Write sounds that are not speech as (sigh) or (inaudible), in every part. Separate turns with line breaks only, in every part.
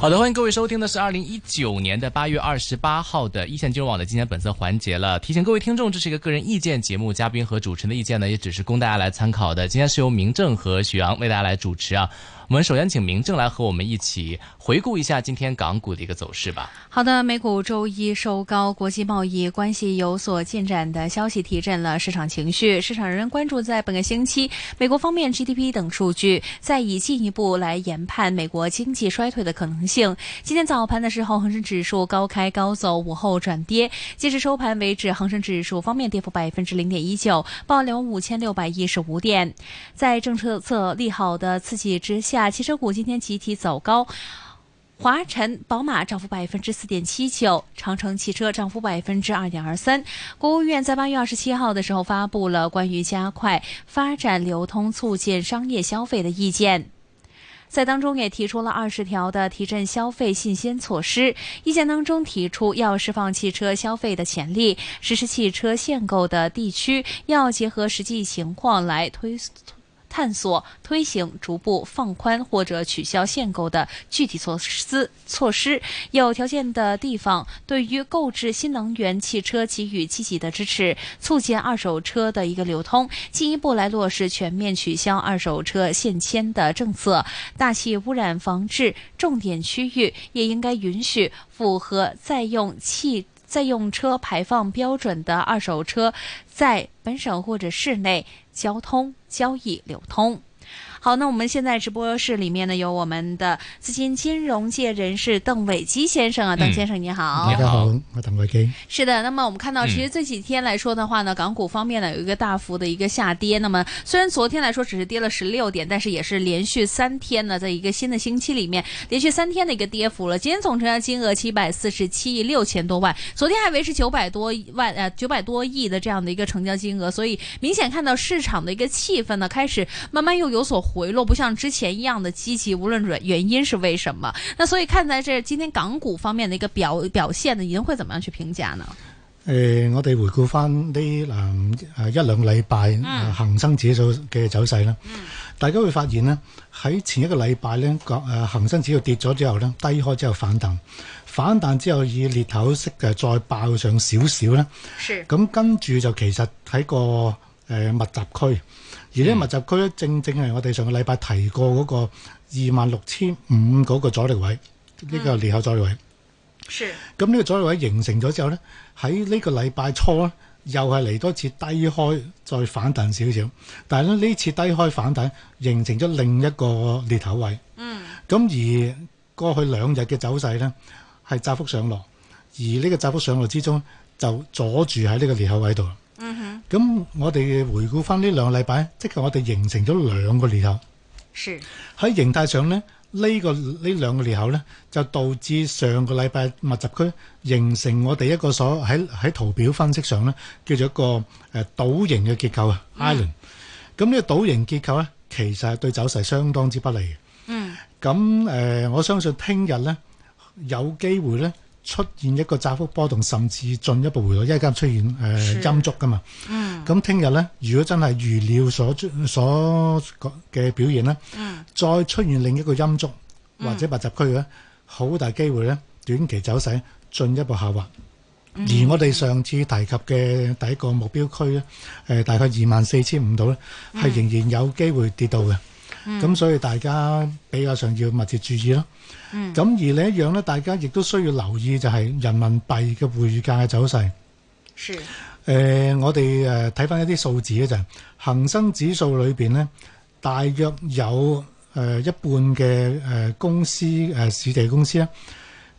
好的，欢迎各位收听的是二零一九年的八月二十八号的一线金融网的今天本色环节了。提醒各位听众，这是一个个人意见节目，嘉宾和主持人的意见呢，也只是供大家来参考的。今天是由明正和许阳为大家来主持啊。我们首先请明正来和我们一起回顾一下今天港股的一个走势吧。
好的，美股周一收高，国际贸易关系有所进展的消息提振了市场情绪，市场仍然关注在本个星期美国方面 GDP 等数据，再以进一步来研判美国经济衰退的可能性。今天早盘的时候，恒生指数高开高走，午后转跌，截至收盘为止，恒生指数方面跌幅百分之零点一九，报两万五千六百一十五点。在政策侧利好的刺激之下，汽车股今天集体走高。华晨、宝马涨幅百分之四点七九，长城汽车涨幅百分之二点二三。国务院在八月二十七号的时候发布了关于加快发展流通、促进商业消费的意见。在当中也提出了二十条的提振消费信心措施。意见当中提出，要释放汽车消费的潜力，实施汽车限购的地区要结合实际情况来推探索推行逐步放宽或者取消限购的具体措施措施。有条件的地方，对于购置新能源汽车给予积极的支持，促进二手车的一个流通，进一步来落实全面取消二手车限迁的政策。大气污染防治重点区域也应该允许符合再用汽在用车排放标准的二手车在本省或者市内交通交易流通。好，那我们现在直播室里面呢，有我们的资金金融界人士邓伟基先生啊，邓
嗯
先生你好。
你
大
好
家好，我鄧慧基。
是的，那么我们看到，
嗯
其实这几天来说的话呢，港股方面呢有一个大幅的一个下跌。那么虽然昨天来说只是跌了十六点，但是也是连续三天呢，在一个新的星期里面，连续三天的一个跌幅了。今天总成交金额七百四十七亿六千多万，昨天还维持九百多万呃九百多亿的这样的一个成交金额，所以明显看到市场的一个气氛呢开始慢慢又有所回落，不像之前一样的积极，无论原原因是为什么。那所以看在这今天港股方面的一个表表现呢，您会怎么样去评价呢？
誒、呃我哋回顧翻呢誒誒嗯啊一兩禮拜誒恒生指數嘅走勢啦，大家會發現呢，喺前一個禮拜咧，個誒恆生指數跌咗之後咧，低開之後反彈，反彈之後以裂口式嘅再爆上少少咧，
是
咁跟住就其實喺個誒、呃密集區，而呢密集區咧正正係我哋上個禮拜提過嗰個二萬六千五嗰個阻力位，呢、個裂口阻力位。
是，
咁呢個阻力位形成咗之後呢，喺呢個禮拜初咧，又係嚟多次低開再反彈少少，但係咧呢次低開反彈形成咗另一個裂頭位。
嗯，
咁而過去兩日嘅走勢呢，係窄幅上落，而呢個窄幅上落之中就阻住喺呢個裂口位度。嗯哼，咁我哋回顧翻呢兩個禮拜，即係我哋形成咗兩個裂口。
是
喺形態上咧，呢、個呢兩個裂口咧，就導致上個禮拜密集區形成我哋一個所喺喺圖表分析上咧，叫做一個誒、呃、島形嘅結構啊，island。咁呢個島形結構咧，其實係對走勢相當之不利嘅。
嗯，
咁誒、呃我相信聽日咧有機會咧出現一個窄幅波動，甚至進一步回落，因為今日出現誒、呃
是
陰燭噶嘛。
嗯，
咁聽日咧，如果真係預料所所嘅表現咧，
嗯
再出現另一個陰燭或者密集區咧，好、大機會咧短期走勢進一步下滑。而我哋上次提及嘅第一個目標區咧，誒、大概二萬四千五度咧，係仍然有機會跌到嘅。咁、所以大家比較上要密切注意咯。咁、而另一樣咧，大家亦都需要留意就係人民幣嘅匯價嘅走勢。
是，
誒、呃我哋誒睇翻一啲數字咧，就係恒生指數裏邊咧，大約有誒、呃一半嘅誒、呃公司誒、呃市地公司咧，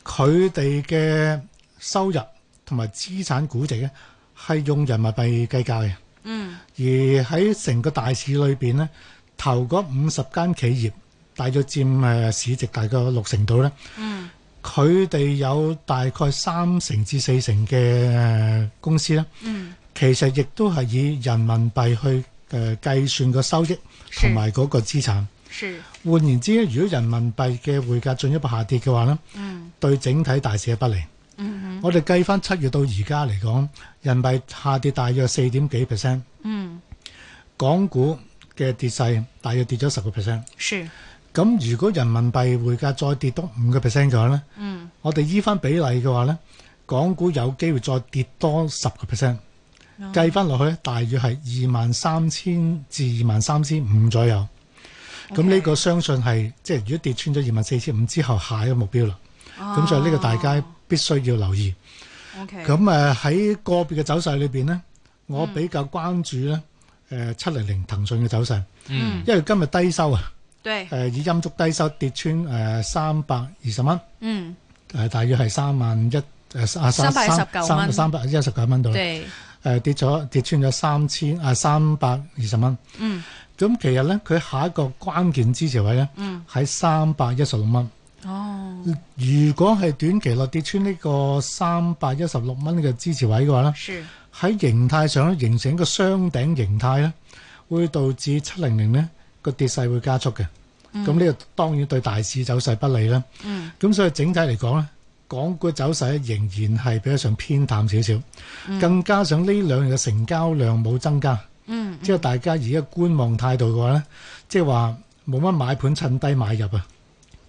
佢哋嘅收入同埋資產估值咧，係用人民幣計價嘅。
嗯
而喺成個大市裏邊咧，頭嗰五十間企業，大約佔誒市值大概六成度咧，
嗯
佢哋有大概三成至四成嘅誒公司咧。
嗯，
其實亦都係以人民幣去誒、呃、計算個收益
是
同埋嗰個資產。
是，
換言之咧，如果人民幣嘅匯價進一步下跌嘅話咧，
嗯
對整體大市係不利。
嗯
我哋計翻七月到而家嚟講，人民幣下跌大約四點幾 percent，
哼嗯，
港股嘅跌勢大約跌咗十個 percent。
是，
咁如果人民幣匯價再跌多五個 percent 嘅話咧，
嗯
我哋依翻比例嘅話咧，港股有機會再跌多十個 percent，
哦
計翻落去咧，大約係二萬三千至二萬三千五左右。咁呢個相信係即係如果跌穿咗二萬四千五之後，下一個目標啦。咁所以呢個大家必須要留意。
哦，OK，嗯
咁誒喺個別嘅走勢裏邊呢，我比較關注咧誒七零零騰訊嘅走勢，
嗯
因為今日低收啊，
對
誒、，以陰燭低收跌穿誒三百二十蚊，誒、
嗯，
大約係三萬一誒啊
319蚊
三百一十九蚊度啦，誒、呃
對，
跌咗跌穿咗三千啊三百二十蚊，
嗯
咁其實咧佢下一個關鍵支持位咧
嗯，
喺三百一十六蚊。
哦，
如果係短期內跌穿呢個三百一十六蚊嘅支持位嘅話咧，
是，
喺形態上咧形成一個雙頂形態咧，會導致七零零呢個跌勢會加速嘅。咁呢個當然對大市走勢不利啦。
嗯
咁所以整體嚟講咧，港股走勢仍然係比較上偏淡少少，更加上呢兩日嘅成交量冇增加，
嗯，
即係大家而家觀望態度嘅話咧，即係話冇乜買盤趁低買入啊。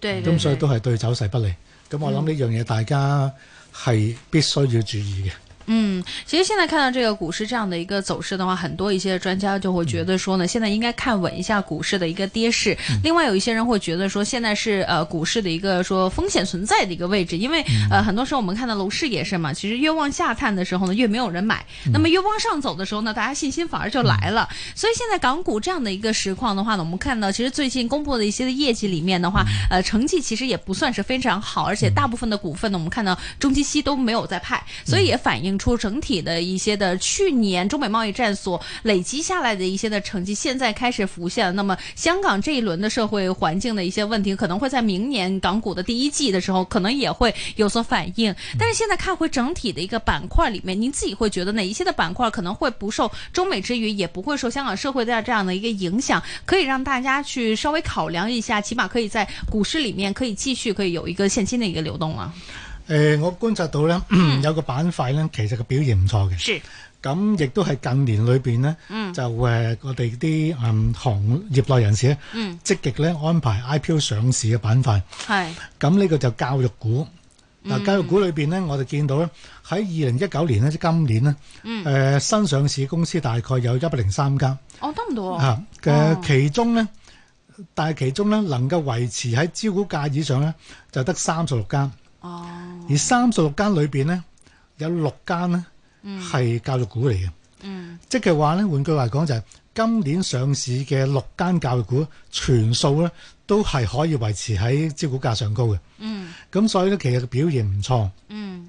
對，對
咁所以
對
都係對走勢不利。咁我諗呢樣嘢大家係必須要注意嘅。
嗯，其实现在看到这个股市这样的一个走势的话，很多一些专家就会觉得说呢，现在应该看稳一下股市的一个跌势。另外有一些人会觉得说，现在是呃股市的一个说风险存在的一个位置，因为呃很多时候我们看到楼市也是嘛，其实越往下探的时候呢，越没有人买，那么越往上走的时候呢，大家信心反而就来了。所以现在港股这样的一个实况的话呢，我们看到其实最近公布的一些的业绩里面的话，呃成绩其实也不算是非常好，而且大部分的股份呢，我们看到中期息都没有在派，所以也反映出整体的一些的去年中美贸易战所累积下来的一些的成绩，现在开始浮现了。那么香港这一轮的社会环境的一些问题，可能会在明年港股的第一季的时候，可能也会有所反应。但是现在看回整体的一个板块里面，您自己会觉得哪一些的板块可能会不受中美之余，也不会受香港社会的这样的一个影响，可以让大家去稍微考量一下，起码可以在股市里面可以继续可以有一个现金的一个流动啊。
誒、呃我觀察到呢， (clears throat) 有個板塊呢，其實個表現唔錯嘅。
嗯是，嗯
咁亦都係近年裏邊呢，就誒、我哋啲嗯行業內人士咧，
嗯
積極咧安排 IPO 上市嘅板塊。
系，
咁呢個就教育股。嗱、
嗯
教育股裏邊呢，我哋見到咧喺二零一九年呢，即今年呢，誒、
嗯
新上市公司大概有一百零三間。
哦，得唔到啊？
啊嘅其中咧，但係其中咧能夠維持喺招股價以上咧，就得三十六間，
哦，
而三十六間裏邊咧，有六間咧係教育股嚟嘅，
嗯，
即係話咧，換句話講就係、今年上市嘅六間教育股全數咧都係可以維持喺招股價上高嘅，
嗯，
咁所以咧其實表現唔錯。
嗯，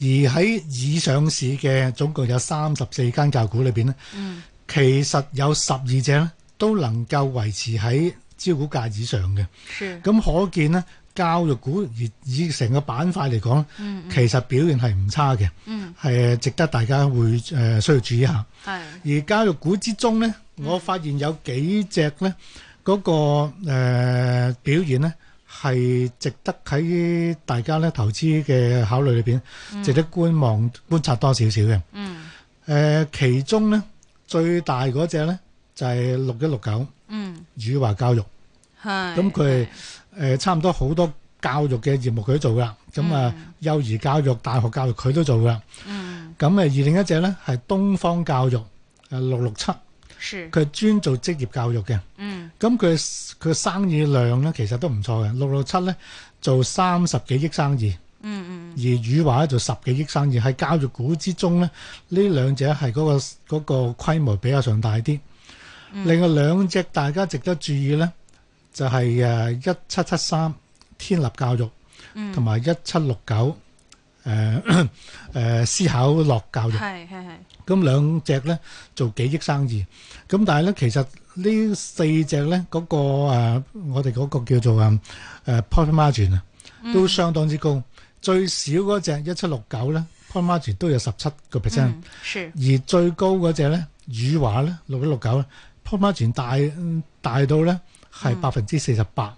而喺已上市嘅總共有三十四間教股裏邊咧，
嗯
其實有十二隻咧都能夠維持喺招股價以上嘅。
是，
咁可見呢，教育股而以成個板塊嚟講，
嗯
其實表現係唔差嘅，
嗯，
係呃值得大家會誒、呃需要注意一下。
系，
而教育股之中呢，我發現有幾隻呢嗰、個、呃、表現呢係值得喺大家咧投資嘅考慮裏邊，值得觀望觀察多少少嘅。誒、呃
嗯
其中呢，最大嗰只呢就係六一六九
嗯，
宇華教育，
系。
咁
咁
佢誒差唔多好多教育嘅業務佢都做噶，咁啊、幼兒教育、大學教育佢都做噶。
嗯
咁誒啊而另一隻呢係東方教育誒呃六六七。
是，
佢係專做職業教育嘅，
嗯
咁佢佢生意量咧其實都唔錯嘅，六六七咧做三十幾億生意，
嗯嗯
而宇華咧做十幾億生意，喺教育股之中咧，呢兩者係嗰、個嗰、個規模比較上大啲。另外兩隻大家值得注意咧，就係誒一七七三天立教育，同埋一七六九誒誒思考樂教育
系。系
咁兩隻咧做幾億生意，咁但係咧其實呢四隻咧嗰、個、呃、我哋嗰個叫做誒誒 profit margin 啊，都相當之高。最少嗰只一七六九咧 p r margin 都有十七個 percent，
嗯，是，
而最高嗰只咧，宇華咧六一六九咧 p r margin 大嗯大到咧係百分之四十八。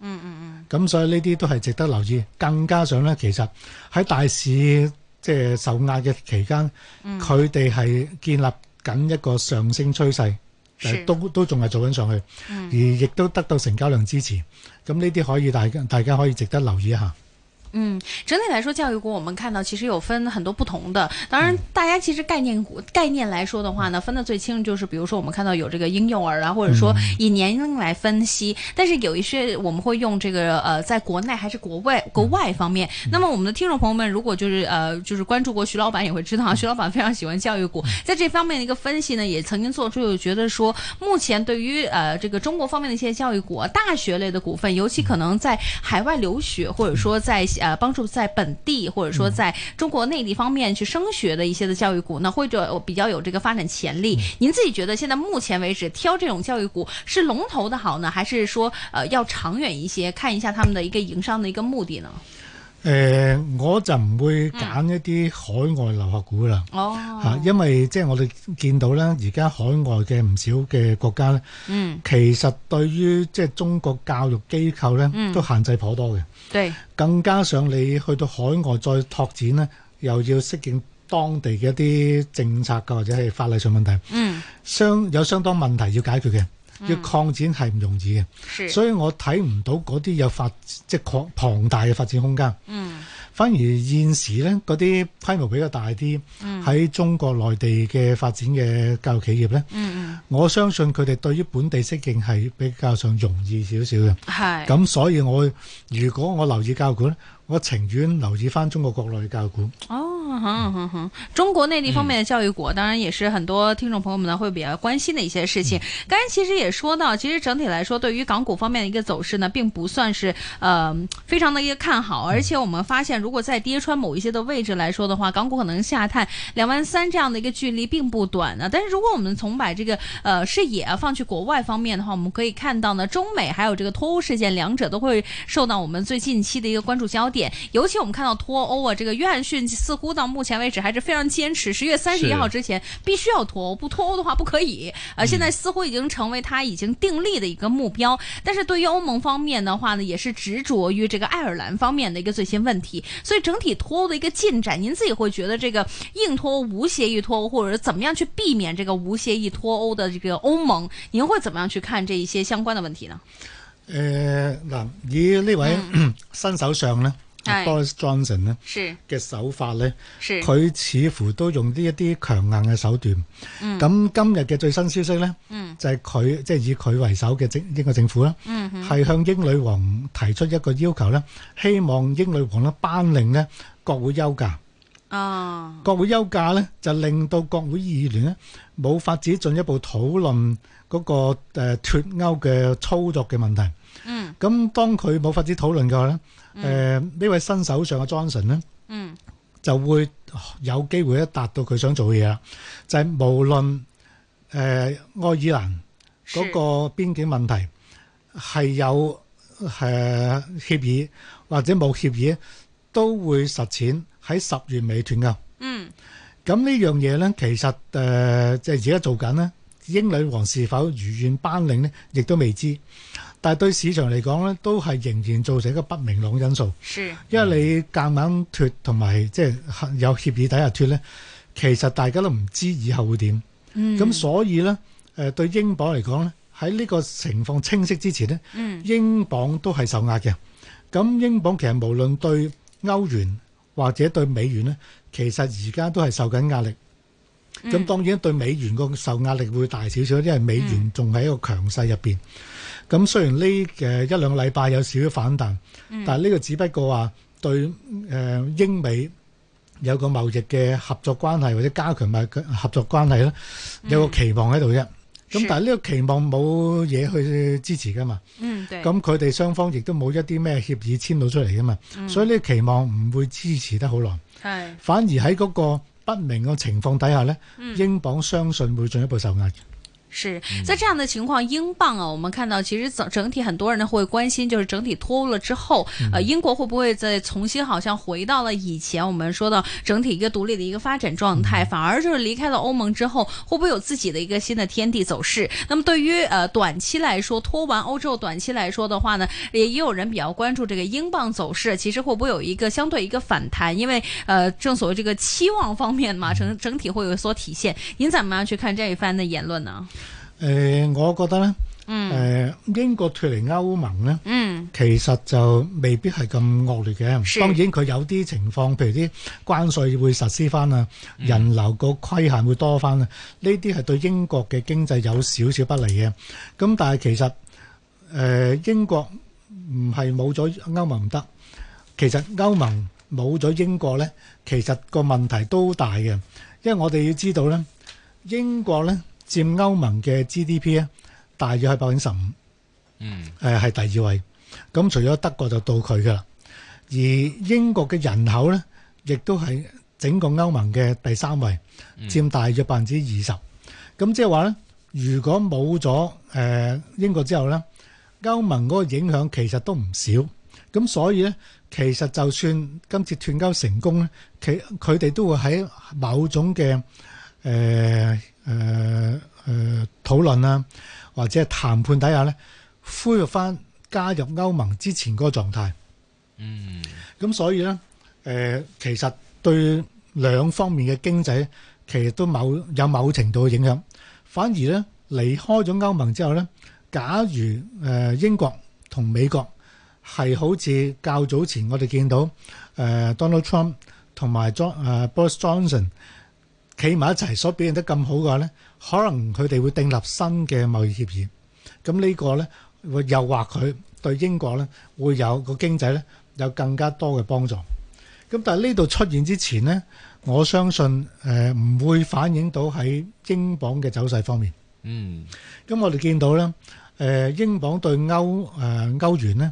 嗯嗯
咁所以呢啲都係值得留意，更加上咧，其實喺大市即係受壓嘅期間，
嗯
佢哋係建立緊一個上升趨勢，
是
誒都都仲係做緊上去，
嗯
而亦都得到成交量支持。咁呢啲可以大家大家可以值得留意一下。
嗯，嗯，整体来说，教育股我们看到其实有分很多不同的。当然，大家其实概念股概念来说的话呢，分的最清就是，比如说我们看到有这个婴幼儿啊，或者说以年龄来分析。但是有一些我们会用这个呃，在国内还是国外国外方面。那么我们的听众朋友们，如果就是呃就是关注过徐老板，也会知道啊徐老板非常喜欢教育股，在这方面的一个分析呢，也曾经做出有觉得说，目前对于呃这个中国方面的一些教育股、啊、大学类的股份，尤其可能在海外留学，或者说在呃帮助在本地或者说在中国内地方面去升学的一些的教育股呢，会者比较有这个发展潜力。您自己觉得现在目前为止挑这种教育股是龙头的好呢，还是说呃要长远一些，看一下他们的一个营商的一个目的呢？
誒、我就唔
嗯
會揀一啲海外留學股啦。嚇、
哦，
啊因為即係我哋見到咧，而家海外嘅唔少嘅國家咧，
嗯，
其實對於即係中國教育機構咧，
嗯
都限制頗多嘅。
对，
更加上你去到海外再拓展咧，又要適應當地嘅一啲政策嘅或者係法例上問題，
嗯，
相有相當問題要解決嘅，要擴展係唔容易嘅。
是，
所以我睇唔到嗰啲有發即係擴龐大嘅發展空間。
嗯
反而現時咧，嗰啲規模比較大啲，
嗯
喺中國內地嘅發展嘅教育企業咧，
嗯
我相信佢哋對於本地適應係比較上容易少少嘅。
嗯，係。
咁所以我如果我留意教育股咧，我情願留意翻中國國內嘅教育股。
哦，哼哼哼，中国内地方面的教育股，当然也是很多听众朋友们呢会比较关心的一些事情。刚才其实也说到，其实整体来说，对于港股方面的一个走势呢，并不算是呃非常的一个看好。而且我们发现，如果再跌穿某一些的位置来说的话，港股可能下探两万三这样的一个距离并不短呢。但是如果我们从把这个呃视野啊放去国外方面的话，我们可以看到呢，中美还有这个脱欧事件，两者都会受到我们最近期的一个关注焦点。尤其我们看到脱欧啊，这个约翰逊似乎到目前为止还是非常坚持，十月三十一号之前必须要脱欧，不脱欧的话不可以。呃，现在似乎已经成为他已经定立的一个目标。但是对于欧盟方面的话呢，也是执着于这个爱尔兰方面的一个最新问题。所以整体脱欧的一个进展，您自己会觉得这个硬脱欧、无协议脱欧，或者怎么样去避免这个无协议脱欧的这个欧盟，您会怎么样去看这一些相关的问题呢？
誒、呃嗱，以呢位、 (clears throat) 新首相咧
嗯係
，Boris Johnson 咧
是
嘅手法咧。
是，
佢似乎都用呢一啲強硬嘅手段。咁、今日嘅最新消息呢，
嗯
就係佢即係以佢為首嘅政英國政府啦，
嗯
係、向英女王提出一個要求咧，希望英女王咧頒令呢國會休假。
啊，
國會休假呢，就令到國會議員呢冇法子進一步討論嗰個誒脱歐嘅操作嘅問題。
嗯
咁當佢冇法子討論嘅話呢，誒、呢位新首相嘅 Johnson 呢。
嗯
就會哦有機會咧達到佢想做嘅嘢啦。就係、無論誒、呃愛爾蘭
是
嗰個邊境問題係有誒、呃、協議或者冇協議，都會實踐喺十月尾斷嘅。
嗯
咁呢樣嘢咧，其實誒即係而家做緊咧，英女王是否如願頒令咧，亦都未知。但係對市場嚟講咧，都係仍然造成一個不明朗因素。
是，
因為你夾硬脱同埋即係有協議底下脱咧，其實大家都唔知以後會點。
嗯
咁、所以咧，誒、對英鎊嚟講咧，喺呢個情況清晰之前咧，
嗯
英鎊都係受壓嘅。咁英鎊其實無論對歐元或者對美元咧，其實而家都係受緊壓力。咁當然對美元個受壓力會大少少，因為美元仲喺一個強勢入邊。咁雖然呢誒一兩個禮拜有少少反彈，但係呢個只不過話對誒英美有個貿易嘅合作關係或者加強貿易合作關係咧，有個期望喺度啫。咁
是
但係呢個期望冇嘢去支持噶嘛，
嗯对，
咁佢哋雙方亦都冇一啲咩協議簽到出嚟噶嘛，所以呢個期望唔會支持得好耐。
系
反而喺嗰個不明嘅情況底下呢，英鎊相信會進一步受壓嘅。
是在这样的情况，英镑啊，我们看到其实整整体很多人呢会关心，就是整体脱欧了之后，呃，英国会不会再重新好像回到了以前我们说的整体一个独立的一个发展状态，反而就是离开了欧盟之后，会不会有自己的一个新的天地走势？那么对于呃短期来说，脱完欧之后短期来说的话呢，也也有人比较关注这个英镑走势，其实会不会有一个相对一个反弹？因为呃，正所谓这个期望方面嘛，整整体会有所体现。您怎么样去看这一番的言论呢？
誒、我覺得咧，誒、英國脱離歐盟咧，
嗯，
其實就未必係咁惡劣嘅。
是
當然佢有啲情況，譬如啲關税會實施翻啊，人流個規限會多翻啊，呢啲係對英國嘅經濟有少少不利嘅。咁但係其實誒、英國唔係冇咗歐盟唔得，其實歐盟冇咗英國咧，其實個問題都大嘅，因為我哋要知道咧，英國咧佔歐盟嘅 GDP 咧，大約係百分之十五。
嗯
誒係第二位。咁除咗德國就到佢噶啦，而英國嘅人口咧，亦都係整個歐盟嘅第三位，佔大約百分之二十。咁即係話咧，如果冇咗誒英國之後咧，歐盟嗰個影響其實都唔少。咁所以咧，其實就算今次斷交成功咧，其佢哋都會喺某種嘅誒誒誒討論啊，或者係談判底下咧。恢復翻加入歐盟之前嗰個狀態。
嗯
咁所以咧，誒、其實對兩方面嘅經濟呢其實都某有某程度嘅影響。反而咧，離開咗歐盟之後咧，假如誒、英國同美國係好似較早前我哋見到誒、Donald Trump 同埋 John 誒、Boris Johnson 企埋一齊所表現得咁好嘅話咧，可能佢哋會訂立新嘅貿易協議。咁呢個咧會又或佢對英國咧會有個經濟咧有更加多嘅幫助。咁但係呢度出現之前咧，我相信誒唔、會反映到喺英鎊嘅走勢方面。
嗯
咁我哋見到咧，誒、英鎊對歐誒、歐元咧，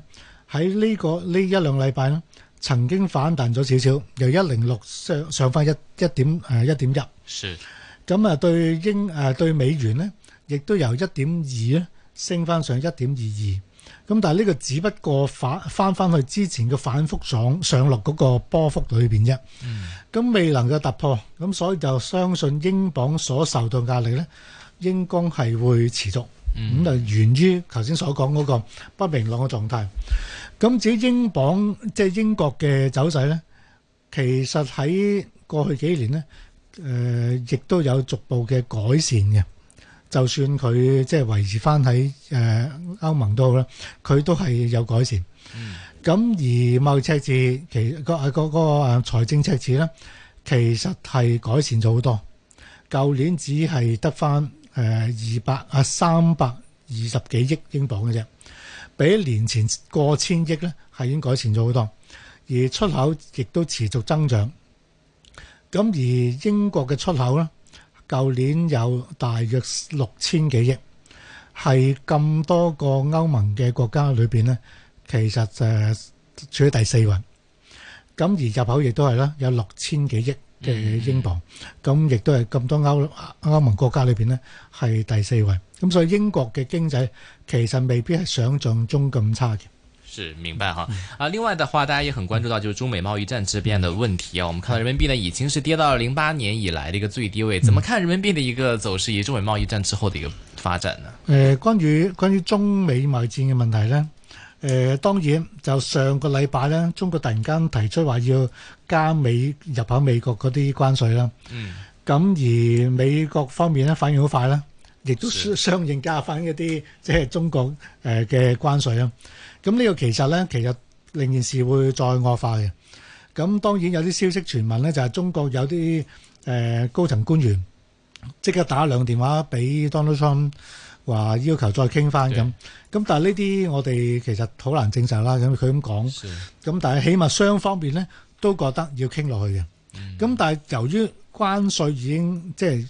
喺呢、個呢一兩禮拜咧，曾經反彈咗少少，由一零六上上翻一一點誒一點一。
是
咁啊，對英誒、呃、對美元咧，亦都由一點二咧升翻上一點二二。咁但係呢個只不過反翻翻去之前嘅反覆上上落嗰個波幅裏邊啫。咁、未能夠突破，咁所以就相信英鎊所受到壓力咧，應該係會持續。咁就源於頭先所講嗰個不明朗嘅狀態。咁至於英鎊即係英國嘅走勢咧，其實喺過去幾年咧。誒、呃亦都有逐步嘅改善嘅。就算佢即係維持翻喺誒歐盟都好啦，佢都係有改善。咁、而貿易赤字其個嗰、嗰個誒財政赤字咧，其實係改善咗好多。舊年只係得翻誒二百啊三百二十幾億英鎊嘅啫，比起年前過千億咧係已經改善咗好多，而出口亦都持續增長。咁而英國嘅出口咧，舊年有大約六千幾億，係咁多個歐盟嘅國家裏邊咧，其實誒處於第四位。咁而入口亦都係啦，有六千幾億嘅英鎊，咁亦都係咁多歐歐盟國家裏邊咧係第四位。咁所以英國嘅經濟其實未必係想象中咁差嘅。
是，明白哈。啊，另外的话，大家也很关注到就是中美贸易战这边的问题啊。我们看到人民币呢已经是跌到了零八年以来的一个最低位，怎么看人民币的一个走势，以及中美贸易战之後的一個發展呢？
誒、關於關於中美貿易戰嘅問題咧，誒、當呃然就上個禮拜咧，中國突然間提出話要加美入口美國嗰啲關稅啦。
嗯。
咁而美國方面咧反應好快啦，亦都
是
相 (laughs) 相應加翻一啲即係中國誒嘅關稅啦。咁呢個其實咧，其實令件事會再惡化嘅。咁當然有啲消息傳聞咧，就係、中國有啲誒、高層官員即刻打兩電話俾 Donald Trump，話要求再傾翻咁。咁但係呢啲我哋其實好難證實啦。咁佢咁講。
是，
咁但係起碼雙方面咧都覺得要傾落去嘅。咁、但係由於關税已經即係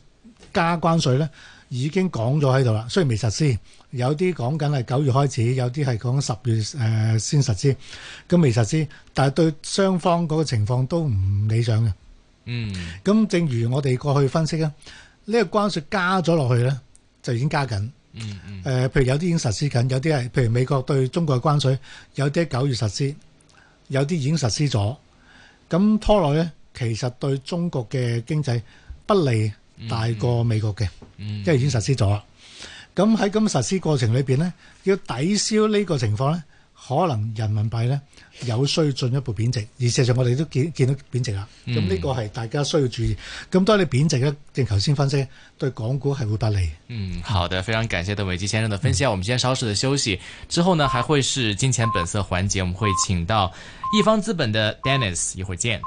加關税咧，已經講咗喺度啦，雖然未實施，有啲講緊係九月開始，有啲係講十月誒、呃先實施，咁未實施，但係對雙方嗰個情況都唔理想嘅。
嗯
咁正如我哋過去分析啊，呢、個關税加咗落去咧，就已經加緊。
嗯嗯
誒、譬如有啲已經實施緊，有啲係譬如美國對中國嘅關稅，有啲喺九月實施，有啲已經實施咗。咁拖落咧，其實對中國嘅經濟不利大過美國嘅，
嗯
因為已經實施咗啦。咁喺咁實施過程裏邊咧，要抵消呢個情況咧，可能人民幣咧有需要進一步貶值，而事實上我哋都見見到貶值啦。咁呢個係大家需要注意。咁當你貶值咧，正如頭先分析，對港股係會不利。
嗯，好的，非常感謝鄧偉基先生的分析啊。我們先稍事的休息，之後呢還會是金錢本色環節，我們會請到易方資本的 Dennis，一會兒見。